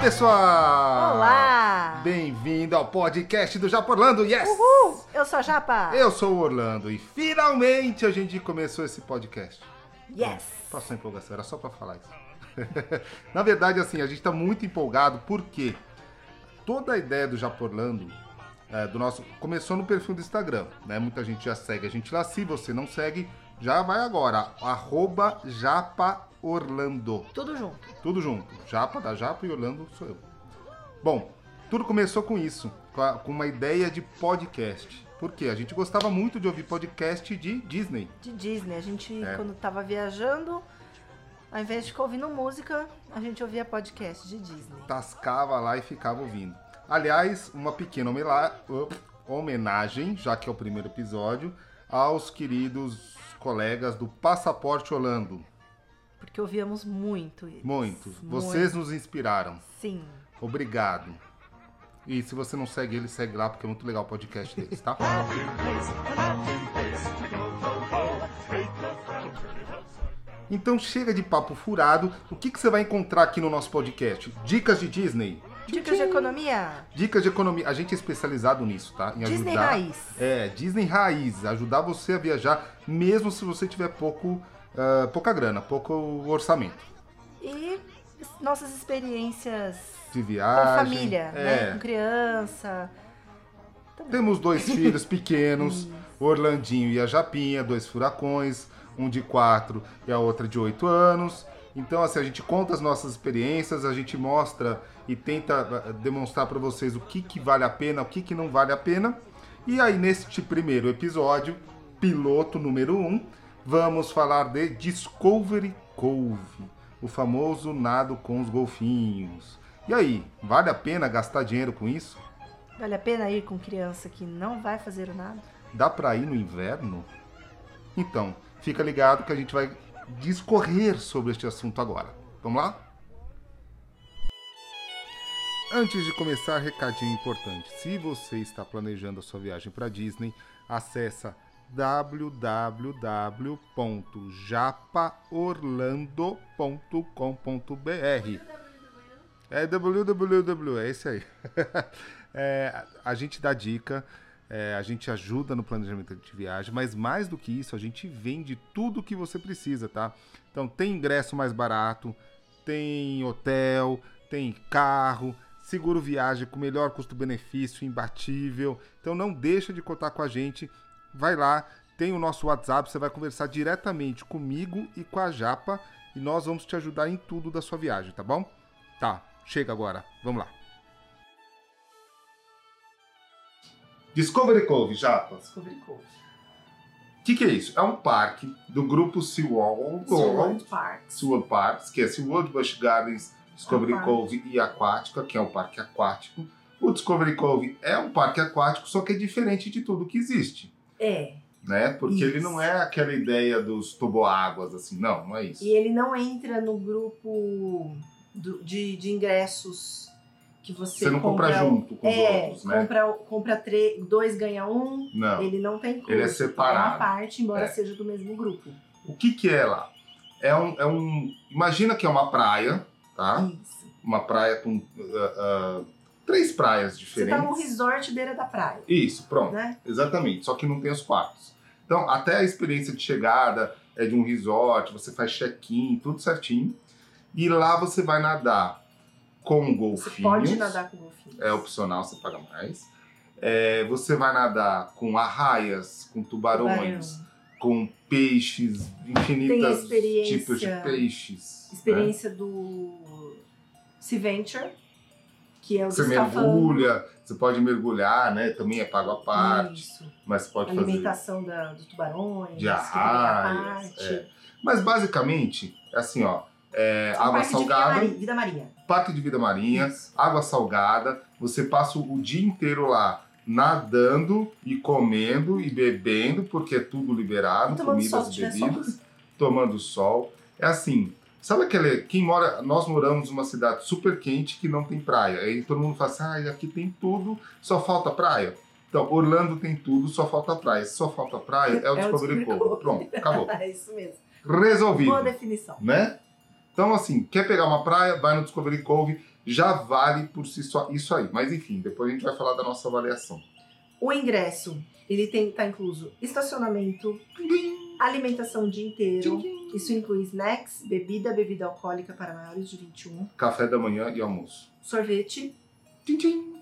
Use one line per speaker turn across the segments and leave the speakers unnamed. pessoal!
Olá!
Bem-vindo ao podcast do Japorlando, yes!
Uhul! Uh, Eu sou a Japa!
Eu sou o Orlando e finalmente a gente começou esse podcast.
Yes!
Passou a empolgação, era só pra falar isso. Na verdade, assim, a gente tá muito empolgado porque toda a ideia do Japorlando é, do nosso começou no perfil do Instagram, né? Muita gente já segue a gente lá. Se você não segue, já vai agora, arroba japaorlando.
Tudo junto.
Tudo junto. Japa da Japa e Orlando sou eu. Bom, tudo começou com isso, com, a- com uma ideia de podcast. Por quê? A gente gostava muito de ouvir podcast de Disney.
De Disney. A gente, quando tava viajando, ao invés de ficar ouvindo música, a gente ouvia podcast de Disney.
Tascava lá e ficava ouvindo. Aliás, uma pequena homela- homenagem, já que é o primeiro episódio, aos queridos colegas do Passaporte Orlando.
Porque ouvíamos muito eles.
Muito.
Muito.
Vocês nos inspiraram.
Sim.
Obrigado. E se você não segue ele, segue lá, porque é muito legal o podcast deles, tá? Então chega de papo furado. O que, que você vai encontrar aqui no nosso podcast? Dicas de Disney.
Dicas de economia?
Dicas de economia. A gente é especializado nisso, tá? Em
Disney
ajudar...
raiz.
É, Disney raiz. Ajudar você a viajar, mesmo se você tiver pouco, ah, pouca grana, pouco orçamento.
E nossas experiências
De
com
viagem.
família,
é.
né? Com criança.
Temos dois filhos pequenos, o Orlandinho e a Japinha, dois furacões, um de quatro e a outra de oito anos. Então, assim, a gente conta as nossas experiências, a gente mostra e tenta eh, demonstrar para vocês o que, que vale a pena, o que, que não vale a pena. E aí, neste primeiro episódio, piloto número um, vamos falar de Discovery Cove, o famoso nado com os golfinhos. E aí, vale a pena gastar dinheiro com isso?
Vale a pena ir com criança que não vai fazer o nada?
Dá pra ir no inverno? Então, fica ligado que a gente vai discorrer sobre este assunto agora. Vamos lá? Antes de começar, recadinho importante. Se você está planejando a sua viagem para Disney, acessa www.japaorlando.com.br. É www, é esse aí. É, a gente dá dica, é, a gente ajuda no planejamento de viagem, mas mais do que isso, a gente vende tudo o que você precisa, tá? Então tem ingresso mais barato, tem hotel, tem carro, seguro viagem com melhor custo-benefício, imbatível. Então não deixa de contar com a gente. Vai lá, tem o nosso WhatsApp, você vai conversar diretamente comigo e com a Japa e nós vamos te ajudar em tudo da sua viagem, tá bom? Tá, chega agora, vamos lá. Discovery Cove, Japa.
Descobri coisas.
O que, que é isso? É um parque do grupo SeaWorld, SeaWorld.
Parks.
Parks, que é SeaWorld, Busch Gardens, Discovery
É um
Cove e Aquática, que é um parque aquático. O Discovery Cove é um parque aquático, só que é diferente de tudo que existe,
É.
né? Porque ele
Isso.
não é aquela ideia dos toboáguas, assim, não, não é isso.
E ele não entra no grupo do- de, de ingressos que você,
Você não compra
um-
junto com os
é,
outros, né?
compra, compra tre- dois, ganha um.
Não.
Ele não tem custo.
Ele é separado.
É uma parte, embora
É.
seja do mesmo grupo.
O que que é lá? É um, é um... Imagina que é uma praia, tá?
Isso.
Uma praia com ah, ah, três praias
Você
diferentes.
tá num resort beira da praia,
Isso, pronto.
né?
Exatamente, só que não tem os quartos. Então, até a experiência de chegada é de um resort, você faz check-in, tudo certinho. E lá você vai nadar com um
Você
golfinhos.
pode nadar com golfinhos.
É opcional, você paga mais. É, você vai nadar com arraias, com tubarões,
Tubarão.
com peixes,
Tem a
infinitas
experiência-
tipos de peixes. né?
Experiência do Sea Venture, que é o
Você
descafandro.
mergulha, você pode mergulhar, né? Também é pago à parte,
Isso.
mas você pode fazer
alimentação da, dos tubarões,
De
que tem a
arraias,
parte.
é. Mas basicamente, é assim, ó. É,
Um
água
parque de
salgada,
Vida Maria.
parque de vida marinha,
Isso.
água salgada. Você passa o dia inteiro lá nadando e comendo e bebendo, porque é tudo
E
liberado,
tomando sol,
comidas
se
e
tiver sol.
bebidas, tomando sol. É assim, sabe aquele. Quem mora. Nós moramos numa cidade super quente que não tem praia. Aí todo mundo fala assim, ah, aqui tem tudo, só falta praia. Então, Orlando tem tudo, só falta praia. Se só falta praia, é o
É o
Discovery
Discovery
Cove.
Cove.
Pronto, acabou.
É isso mesmo.
Resolvido
Boa definição.
né? Então, assim, quer pegar uma praia, vai no Discovery Cove. já vale por si só isso aí. Mas enfim, depois a gente vai falar da nossa avaliação.
O ingresso, ele tem tá incluso estacionamento, alimentação o dia inteiro. Isso inclui snacks, bebida, bebida alcoólica para maiores de 21,
Café da manhã e almoço.
sorvete,
Tchim, tchim.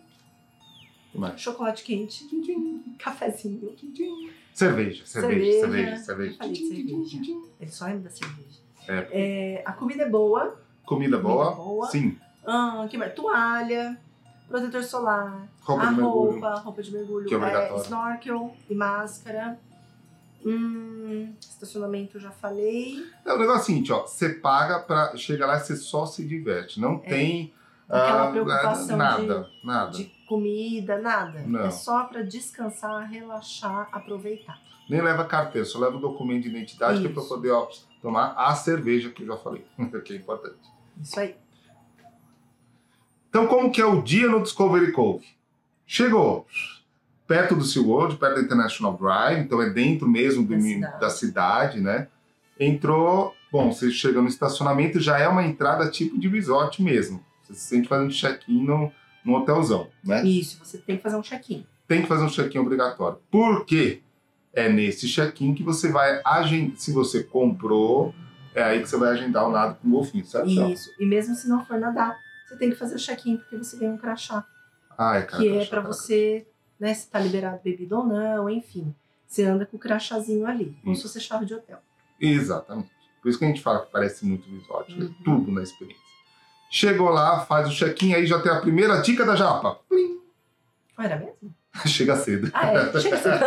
Que mais?
chocolate quente,
Tchim, tchim,
cafezinho.
tchim, tchim. Cerveja, cerveja,
Cerveja.
cerveja, cerveja.
Falei de
Tchim, tchim, tchim,
cerveja.
tchim.
Ele só lembra da cerveja.
É.
É, a comida é boa.
Comida
Comida
boa?
boa.
Sim.
Ah, que mais? Toalha, protetor solar,
Roupa
a
de mergulho.
roupa, roupa de mergulho,
Que é
é,
obrigatório.
snorkel e máscara. Hum, estacionamento eu já falei.
É, o negócio é o seguinte, ó. Você paga pra... Chega lá e você só se diverte. Não tem...
É. Aquela
ah,
é preocupação
Nada, nada.
De comida, nada.
Não.
É só pra descansar, relaxar, aproveitar.
Nem leva carteira, só leva o documento de identidade que é pra
Isso.
poder ó, tomar a cerveja que eu já falei, que é importante.
Isso aí.
Então, como que é o dia no Discovery Cove? Chegou perto do SeaWorld, perto da International Drive, então é dentro mesmo do-
Da cidade.
da cidade, né? Entrou, bom, você chega no estacionamento, já é uma entrada tipo de resort mesmo. Você se sente fazendo check-in no, no hotelzão, né?
Isso, você tem que fazer um check-in.
tem que fazer um check-in obrigatório. Por quê? É nesse check-in que você vai agendar. Se você comprou, é aí que você vai agendar o nado com o golfinho, certo?
Isso. E mesmo se não for nadar, você tem que fazer o check-in, porque você ganha um crachá.
Ah, é, cara.
que é
crachá,
pra
cara.
você, né, se tá liberado bebida ou não, enfim. Você anda com o crachazinho ali, como
Isso.
se fosse chave de hotel.
Exatamente. Por isso que a gente fala que parece muito resort. né?
Uhum.
Tudo na experiência. Chegou lá, faz o check-in, aí já tem a primeira dica da japa. Plim!
Ah, era mesmo?
Chega cedo.
Ah, é. Chega cedo.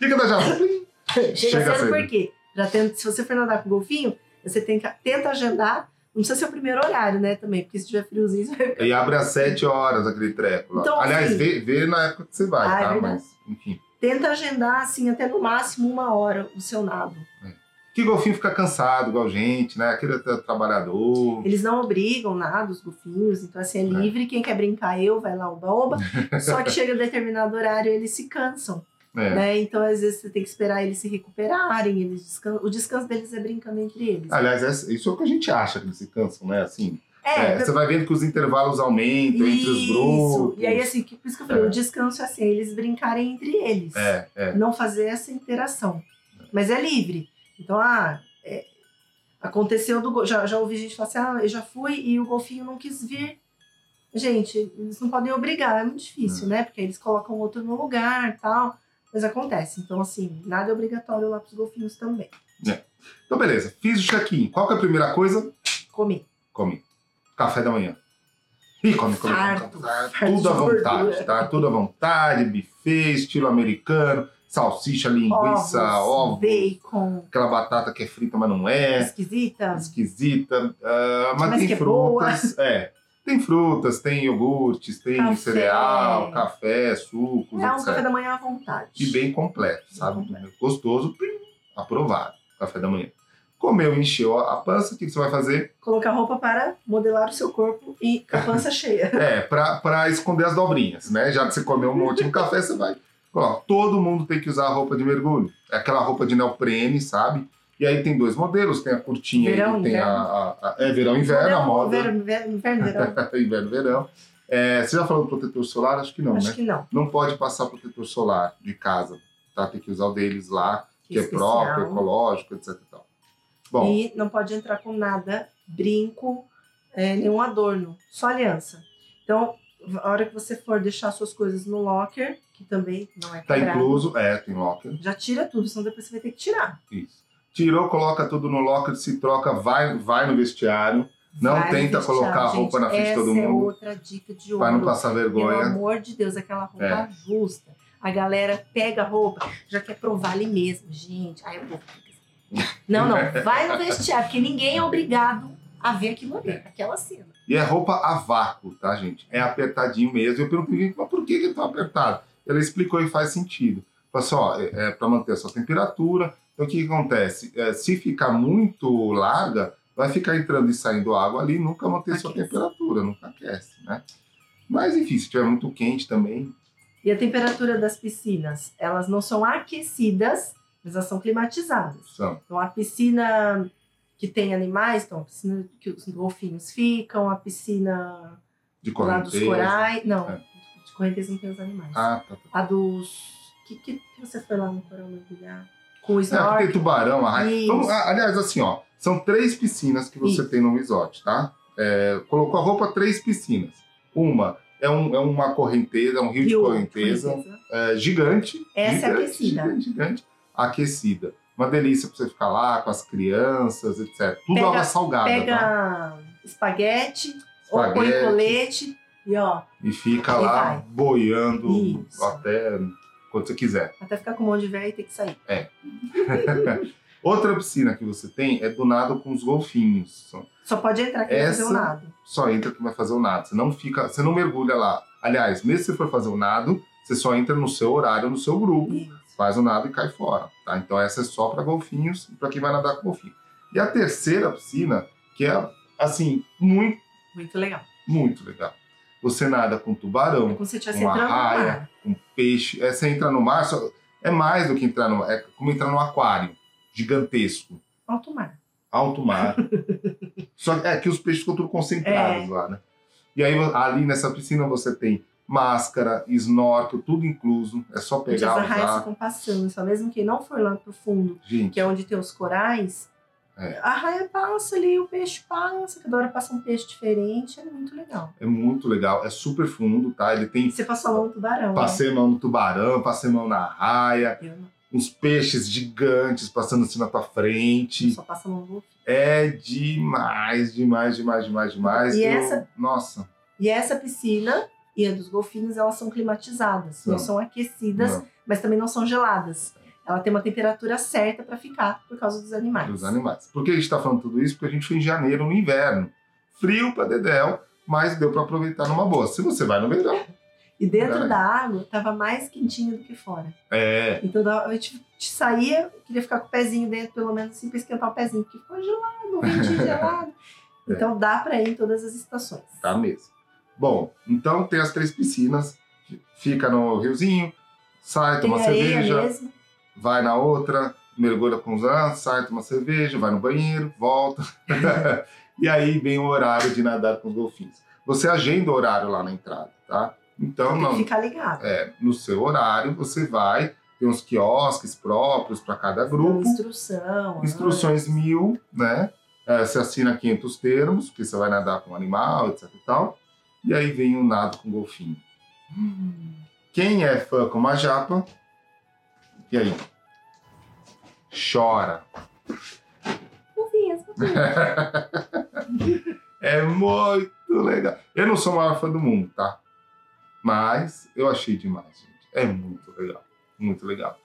Dica da japa. Plim!
Chega,
Chega
cedo
cedo.
por quê? Já tenta, se você for nadar com o golfinho, você tem que, tenta agendar. Não precisa ser o primeiro horário, né, também. Porque se tiver friozinho, você vai ficar...
E abre às 7 horas aquele treco. lá.
Então,
Aliás,
assim-
vê, vê na época que você vai,
Ah, é
tá?
verdade.
Mas, enfim.
Tenta agendar, assim, até no máximo uma hora o seu nado.
Que golfinho fica cansado, igual gente, né? Aquele tra- trabalhador.
Eles não obrigam nada, os golfinhos, então assim, é
É.
livre. Quem quer brincar, eu, vai lá, oba, oba. Só que chega determinado horário, eles se cansam,
É.
né? Então, às vezes, você tem que esperar eles se recuperarem, eles descan- o descanso deles é brincando entre eles.
Aliás, essa- isso é o que a gente acha que eles se cansam, né? Assim, é,
é,
você vai vendo que os intervalos aumentam entre os
isso.
grupos.
E aí, assim, que- por isso que eu falei,
É.
o descanso é assim, eles brincarem entre eles.
É, é.
Não fazer essa interação. Mas é livre. Então, ah, é, aconteceu do. go- Já, já ouvi gente falar assim, ah, eu já fui e o golfinho não quis vir. Gente, eles não podem obrigar, é muito difícil, né? Porque aí eles colocam outro no lugar e tal. Mas acontece. Então, assim, nada é obrigatório lá pros golfinhos também.
Então, beleza. Fiz o check-in. Qual que é a primeira coisa?
Comer.
Come. Café da manhã. Ih, come, come. come,
Farto,
come. Tá
farto
tudo à
de gordura.
vontade, tá? Tudo à vontade. Buffet, estilo americano. Salsicha, linguiça,
Ovos,
ovo.
bacon,
Aquela batata que é frita, mas não é.
esquisita. um
esquisita, ah, mas,
Mas que
tem
é
frutas. É, tem frutas, tem iogurtes, tem
Café.
cereal, café, sucos,
É um
etc.
café da manhã à vontade.
E bem completo, sabe?
completo.
Gostoso, plim, aprovado. Café da manhã. Comeu, encheu a pança, o que que você vai fazer?
colocar roupa para modelar o seu corpo e com a pança cheia.
É, pra, pra esconder as dobrinhas, né? Já que você comeu um monte de café, você vai. Ó, todo mundo tem que usar a roupa de mergulho. É aquela roupa de neoprene, sabe? E aí tem dois modelos, tem a curtinha
Verão,
e tem a,
inverno.
a- a- É verão e inverno, a moda.
Verão, inverno, inverno, verão.
inverno, verão. É, você já falou do protetor solar? Acho que não,
Acho
né?
que não.
Não pode passar protetor solar de casa, tá? Tem que usar o deles lá, que, é
especial.
próprio, ecológico, etc e tal. Bom,
E não pode entrar com nada, brinco, é, nenhum adorno, só aliança. Então, a hora que você for deixar suas coisas no locker, que também não é
tá
quebrado,
incluso, é, tem locker,
já tira tudo, senão depois você vai ter que tirar.
isso. Tirou, coloca tudo no locker, se troca, vai, vai no vestiário, Não
Vai
tenta
vestiar,
colocar a roupa
gente,
na frente de todo
Essa é
mundo.
outra dica de ouro.
pra não passar
Pelo
vergonha.
amor de Deus, aquela roupa
É.
justa. A galera pega a roupa, já quer provar ali mesmo, gente. Aí eu vou. Não, não, vai no vestiário, porque ninguém é obrigado a ver aquilo ali, aquela cena.
E é roupa a vácuo, tá, gente? É apertadinho mesmo. Eu perguntei, gente, mas por que que tá apertado? Ela explicou e faz sentido. Falou assim, ó, é, para manter a sua temperatura. Então, o que, que acontece? É, se ficar muito larga, vai ficar entrando e saindo água ali, nunca manter a sua
Aquece.
temperatura, nunca aquece, né? Mas, enfim, se tiver muito quente também,
E a temperatura das piscinas, elas não são aquecidas, mas elas são climatizadas.
são.
Então a piscina que tem animais, então a piscina que os golfinhos ficam, a piscina
De
lá dos
correnteza.
corais. Não,
É.
de correntes não tem os animais.
Ah, tá, tá.
A dos. Que, que, que você foi lá no coral mergulhar? Com o
É, aqui tem
snorkel?
tubarão, arraia.
Isso.
Vamos- ah, aliás, assim, ó. São três piscinas que você
Isso.
tem no resort, tá? É, colocou a roupa, três piscinas. Uma é, um- é uma correnteza, um rio, de
Rio,
correnteza, é, gigante.
Essa é
gigante,
aquecida.
Gigante, gigante. Aquecida. Uma delícia pra você ficar lá com as crianças, etc. Tudo
Pega-
água salgada, tá?
Pega espaguete, ou põe
Espaguete.
colete e ó,
E fica
E
lá
vai.
boiando
Isso.
até quando você quiser.
até ficar com um monte de velho e ter que sair.
Outra piscina que você tem é do nado com os golfinhos. São
Só pode entrar aqui
Essa-
fazer o nado.
só entra quem vai fazer o nado. Você não fica, você não mergulha lá. Aliás, mesmo se você for fazer o nado, você só entra no seu horário, no seu grupo,
Isso.
faz o nado e cai fora, tá? Então essa é só para golfinhos, para quem vai nadar com golfinho. E a terceira piscina, que é assim, muito,
Muito legal.
Então, muito legal. Você nada com
É
tubarão,
como se você estivesse
com
entrando no
arraia.
mar.
com peixe, é, você entra no mar, só- é mais do que entrar no, é como entrar num aquário gigantesco,
Alto mar.
alto mar. Só que- é que os peixes ficam tudo
É.
concentrados lá, né? E aí vo- ali nessa piscina você tem máscara, snorkel, tudo incluso. É só
Onde as
pegar,
arraias
usar.
ficam passando. Só mesmo quem não for lá pro fundo,
Gente,
que é onde tem os corais,
É.
a arraia passa ali, o peixe passa, cada hora passa um peixe diferente. É muito legal.
é muito legal. É super fundo, tá? Ele tem
E você passou a mão no tubarão.
passei a mão no tubarão, passei a mão na raia,
Né? Eu não.
uns peixes gigantes passando assim na tua frente.
Só passa a mão no golfinho.
É demais, demais, demais, demais, demais.
E
Eu-
essa-
Nossa,
E essa piscina e a dos golfinhos, elas são climatizadas. Não,
Não.
são aquecidas,
não,
mas também não são geladas. Ela tem uma temperatura certa para ficar por causa dos animais.
dos animais. Por que a gente tá falando tudo isso? Porque a gente foi em janeiro, no inverno. Frio pra dedéu, mas deu pra aproveitar numa boa. Se você vai no verão,
E dentro
Verdade.
da água tava mais quentinho do que fora.
É,
Então dava- a gente saía, queria ficar com o pezinho dentro, pelo menos assim, pra esquentar o pezinho, porque ficou gelado, o ventinho gelado.
É.
Então dá pra ir em todas as estações.
tá mesmo. Bom, então tem as três piscinas, fica no riozinho, sai,
Tem
toma
areia
cerveja,
mesmo.
vai na outra, mergulha com os anos, sai, toma cerveja, vai no banheiro, volta. e aí vem o horário de nadar com os golfinhos. Você agenda o horário lá na entrada, tá? Então,
Tem que
não,
ficar ligado.
é, no seu horário você vai, tem uns quiosques próprios para cada
Dando
grupo.
Instrução. né?
Instruções mil, né? É, você assina 500 termos, porque você vai nadar com um animal, etc e tal. E aí vem o nado com golfinho.
Hum,
Quem é fã com uma japa, e aí? Chora.
fofinhas, fofinhas.
É muito legal. Eu não sou o maior fã do mundo, tá? Mas eu achei demais, gente. É muito legal. Muito legal.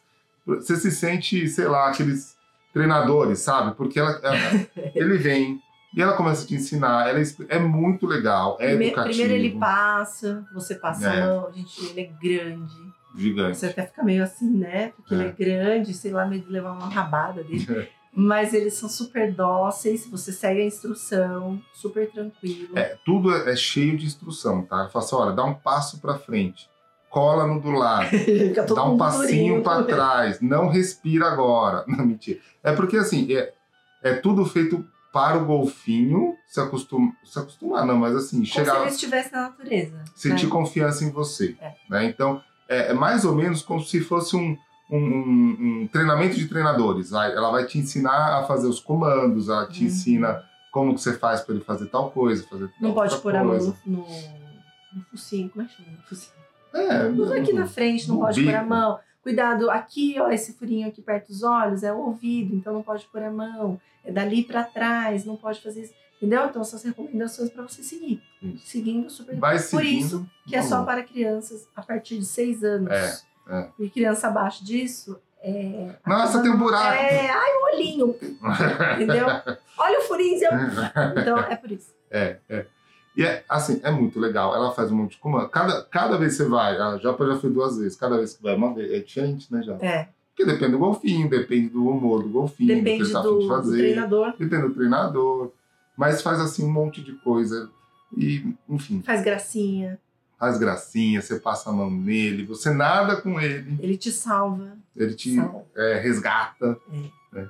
Você se sente, sei lá, aqueles treinadores, sabe? Porque ela, ela- ele vem e ela começa a te ensinar. Ela, expli- é muito legal. É
Primeiro,
educativo.
primeiro ele passa, você passa
É.
a mão, gente, ele é grande.
Gigante.
Você até fica meio assim, né? Porque
É.
ele é grande, sei lá, meio de levar uma rabada dele. Mas eles são super dóceis, você segue a instrução, super tranquilo.
É, tudo é é cheio de instrução, tá? Eu falo assim, olha, dá um passo pra frente. Cola no do lado.
Fica todo
dá um
mundo
passinho
É, durinho.
para trás, não respira agora. Não, mentira. É porque assim, é, é tudo feito para o golfinho se, acostum, se acostumar, não, mas assim,
Como se ele
chegar,
estivesse na natureza.
sentir
né?
confiança em você.
É.
Né? Então, é, é mais ou menos como se fosse um, um- um- um treinamento de treinadores. vai? Ela vai te ensinar a fazer os comandos, ela te
Uhum.
ensina como que você faz para ele fazer tal coisa, fazer tal
Não pode
outra
pôr a mão
coisa.
no, no, no focinho, como é que chama? No focinho.
É,
Não aqui na frente, não
no
pode pôr a
bico.
mão. Cuidado, aqui, ó, esse furinho aqui perto dos olhos é o ouvido, então não pode pôr a mão. É dali pra trás, não pode fazer isso. Entendeu? Então são as recomendações pra você seguir.
Isso.
Seguindo super
vai seguindo.
isso que é só para crianças a partir de seis anos.
É, é.
E criança abaixo disso é.
Nossa, tem um buraco.
É, ai, o olhinho, entendeu? Olha o furinho. seu- Então é por isso.
É, é. E é, assim, é muito legal. Ela faz um monte de comando. Cada, cada vez que você vai, a Japa já foi duas vezes. Cada vez que vai, uma vez. É diferente, né, Japa?
É.
Porque depende do golfinho, depende do humor do golfinho, do que
Depende
ele tá afim
do,
de
do
fazer.
treinador.
depende do treinador. Mas faz assim um monte de coisa. E, enfim,
Faz gracinha,
faz gracinha, você passa a mão nele, você nada com ele,
ele te salva.
ele te
salva.
é, resgata.
É.
né?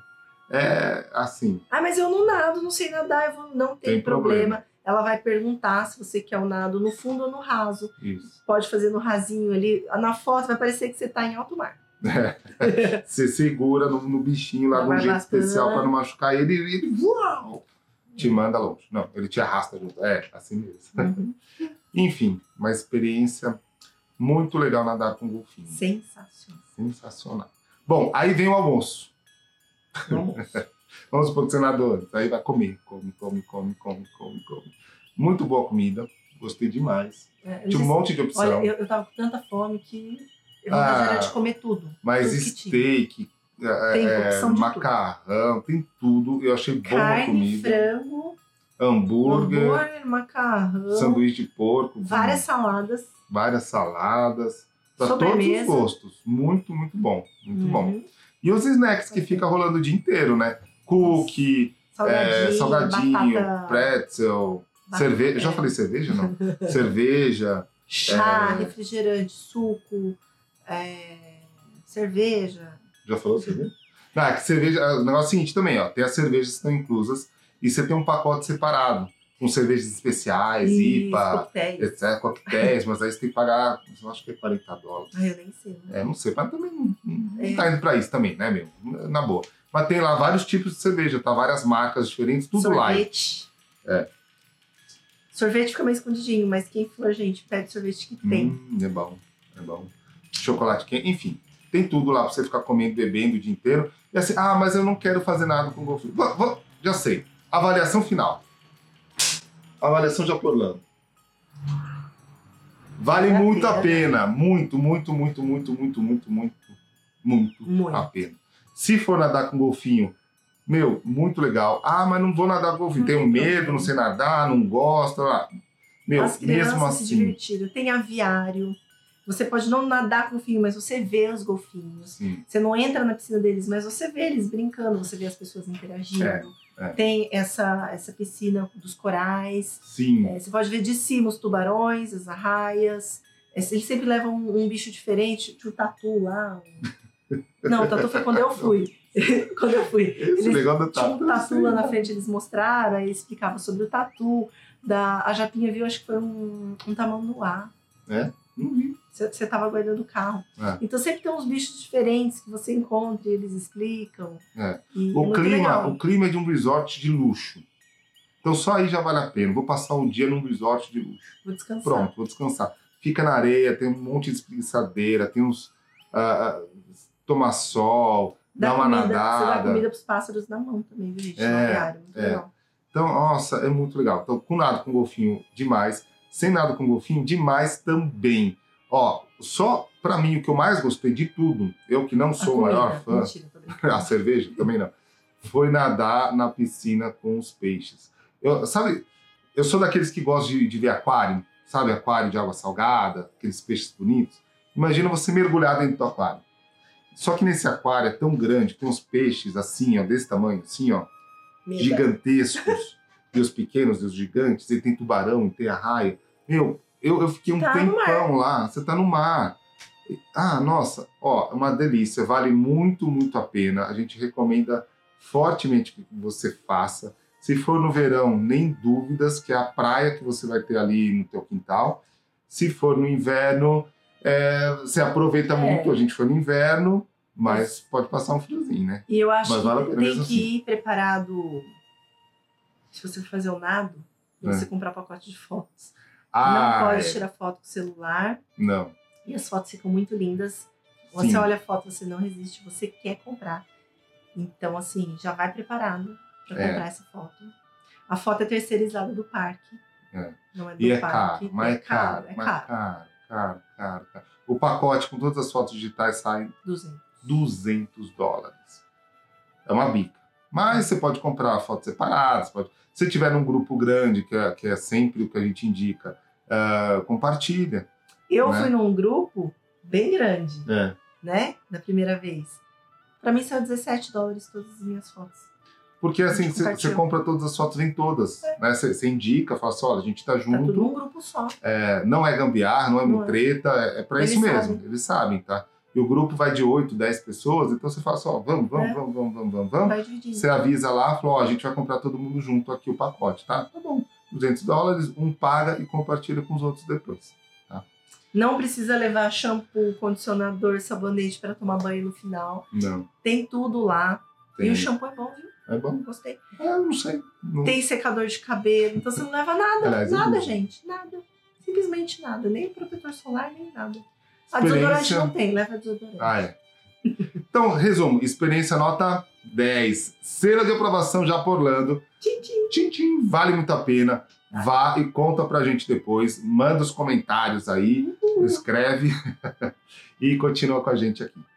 É assim.
Ah, mas eu não nado, não sei nadar, eu vou, não tem,
Tem
problema. Ela vai perguntar se você quer o nado no fundo ou no raso.
Isso.
Pode fazer no rasinho ali. Na foto vai parecer que você tá em alto mar.
Você segura no, no bichinho lá de um
Vai né?
jeito
arrastando.
especial pra não machucar ele e ele uau, te manda longe. Não, ele te arrasta junto. É, assim mesmo.
Uhum.
Enfim, uma experiência muito legal nadar com golfinho.
Sensacional.
Sensacional. Bom, aí vem o almoço.
Vamos.
Vamos supor que você nadou antes. Aí vai comer. Come, come, come, come, come, come. Muito boa comida. Gostei demais.
É,
Tinha um
eu disse-
monte de opção.
Olha, eu, eu tava com tanta fome que eu
Ah.
ah, era de comer tudo.
mas
tudo que tinha.
steak, é,
Tem
é,
opção de
macarrão, tem tudo. Eu achei boa a
Carne,
comida.
frango,
Hambúrguer,
hambúrguer, macarrão,
sanduíche de porco,
várias saladas.
com várias saladas. Para todos os
Sobremesa.
gostos. Muito, muito bom. Muito bom.
Uhum.
E os snacks que fica rolando o dia inteiro, né? Cookie,
Salgadinho,
É, salgadinho,
batata,
pretzel,
batata-
cerveja. Já
é,
falei cerveja, não? cerveja,
Chá,
é.
refrigerante, suco, é, cerveja.
já falou cerveja? Não, é que cerveja, é, o negócio é o seguinte também, ó, tem as cervejas que estão inclusas e você tem um pacote separado, com cervejas especiais,
e
IPA,
coquetéis.
etc, coquetéis, mas aí você tem que pagar, eu acho que é 40 dólares.
Ai, eu nem sei. né?
É, não sei, mas também não, não
É.
tá indo pra isso também, né, meu? Na boa. Mas tem lá vários tipos de cerveja, tá? Várias marcas diferentes, tudo light. É.
sorvete. Sorvete fica mais escondidinho, mas quem for, gente, pede sorvete que tem.
Hum, é bom, é bom. Chocolate quente, enfim. Tem tudo lá pra você ficar comendo, bebendo o dia inteiro. E assim, ah, mas eu não quero fazer nada com golfinho. Vou- vou- já sei. Avaliação final. Avaliação de Aporlando. Vale
Vale a
muito a
pena. né?
pena. Muito, muito, muito, muito, muito, muito, muito, muito,
Muito.
a pena. Se for nadar com golfinho, meu, muito legal. Ah, mas não vou nadar com golfinho.
Não
Tenho
tem
medo,
problema.
não sei nadar, não gosto. lá. Meu,
As crianças
mesmo
se
assim.
divertiram. Tem aviário. Você pode não nadar com golfinho, mas você vê os golfinhos.
Sim,
Você não entra na piscina deles, mas você vê eles brincando, você vê as pessoas interagindo.
É, é.
Tem essa, essa piscina dos corais.
sim.
É, você pode ver de cima os tubarões, as arraias. É, eles sempre levam um, um bicho diferente, tinha o tatu lá. um- Não, o tatu foi quando eu fui. quando eu fui.
Esse
Eles
negócio do
Tinha um
tatu.
tatu
é
lá na frente, eles mostraram, aí explicava sobre o tatu. Da, a Japinha viu, acho que foi um, um tamanho no ar.
É? Não vi.
Você tava guardando o carro.
É.
Então sempre tem uns bichos diferentes que você encontra e eles explicam.
É.
E é
O
muito
clima,
legal.
o clima é de um resort de luxo. Então só aí já vale a pena. Vou passar um dia num resort de luxo.
Vou descansar.
Pronto, vou descansar. Fica na areia, tem um monte de espreguiçadeira, tem uns. ah, ah, tomar sol, dá, uma
comida, Você dá
nadada.
comida pros pássaros na mão também, viu, gente?
É,
No aviário, muito
é.
legal.
Então, nossa, é muito legal. Então, com nada com golfinho, demais. Sem nada com golfinho, demais também. Ó, só pra mim o que eu mais gostei de tudo, eu que não
A
sou o maior
comida,
fã,
Mentira, tô brincando.
a cerveja também não. Foi nadar na piscina com os peixes. Eu, sabe, eu sou daqueles que gostam de, de ver aquário, sabe? Aquário de água salgada, aqueles peixes bonitos. Imagina você mergulhar dentro do aquário. Só que nesse aquário é tão grande, com os peixes assim, ó, desse tamanho, assim, ó,
Medo.
gigantescos. E os pequenos, e os gigantes, e tem tubarão, e tem arraia. Meu, eu, eu fiquei um
Tá no
tempão lá, você tá no mar. E- Ah, nossa, ó, é uma delícia, vale muito, muito a pena. A gente recomenda fortemente que você faça. Se for no verão, nem dúvidas, que é a praia que você vai ter ali no teu quintal. Se for no inverno, é, você aproveita
É.
muito. A gente foi no inverno, mas pode passar um friozinho, né?
E eu acho
Mas vale a
que
pena
tem que
mesmo assim.
ir preparado. Se você for fazer o nado,
É.
você comprar pacote de fotos.
Ah,
não pode
é.
tirar foto com o celular.
não.
E as fotos ficam muito lindas. Você
Sim.
olha a foto, você não resiste, você quer comprar. Então, assim, já vai preparado pra
É.
comprar essa foto. A foto é terceirizada do parque.
É.
Não é do
E é
parque.
caro, mas é caro,
É
mas
caro.
caro, caro, caro, caro. O pacote com todas as fotos digitais sai
200.
200 dólares. É uma bica. Mas você pode comprar fotos separadas. Pode... Se tiver num grupo grande, que é, que é sempre o que a gente indica, ah, compartilha.
Eu
Né?
fui num grupo bem grande,
É.
né? Da primeira vez. Pra mim saiu 17 dólares todas as minhas fotos.
Porque assim,
gente
você
compartilha. É.
você compra todas as fotos, vem todas. Né? Você, você indica, fala assim, olha, a gente tá
Tá tudo
junto.
num grupo só.
É, não é gambiarra, não é
Não é.
mutreta, é, é pra
Eles
isso mesmo.
sabem.
Eles sabem, tá? E o grupo vai de 8, 10 pessoas, então você fala só, vamos, vamos,
É.
vamos, vamos, vamos, vamos, vamos.
Vai dividindo.
Você avisa lá, falou, ó, a gente vai comprar todo mundo junto aqui o pacote, tá? Tá bom. 200 dólares, um paga e compartilha com os outros depois.
Não precisa levar shampoo, condicionador, sabonete pra tomar banho no final.
Não.
Tem tudo lá. E
Tem.
o shampoo é bom, viu?
É bom?
Gostei.
É, eu não sei. Não-
Tem secador de cabelo. Então você não leva nada.
Aliás, eu
nada,
uso.
gente. Nada. Simplesmente nada. Nem protetor solar, nem nada. A
Experiência-
desodorante né? não tem. Leva desodorante.
Ah, é. Então, resumo. Experiência nota 10. Selo de aprovação já por Orlando.
Tchim, tchim.
Tchim, tchim. Vale muito a pena. Vá e conta pra gente depois. Manda os comentários aí. Escreve. e continua com a gente aqui.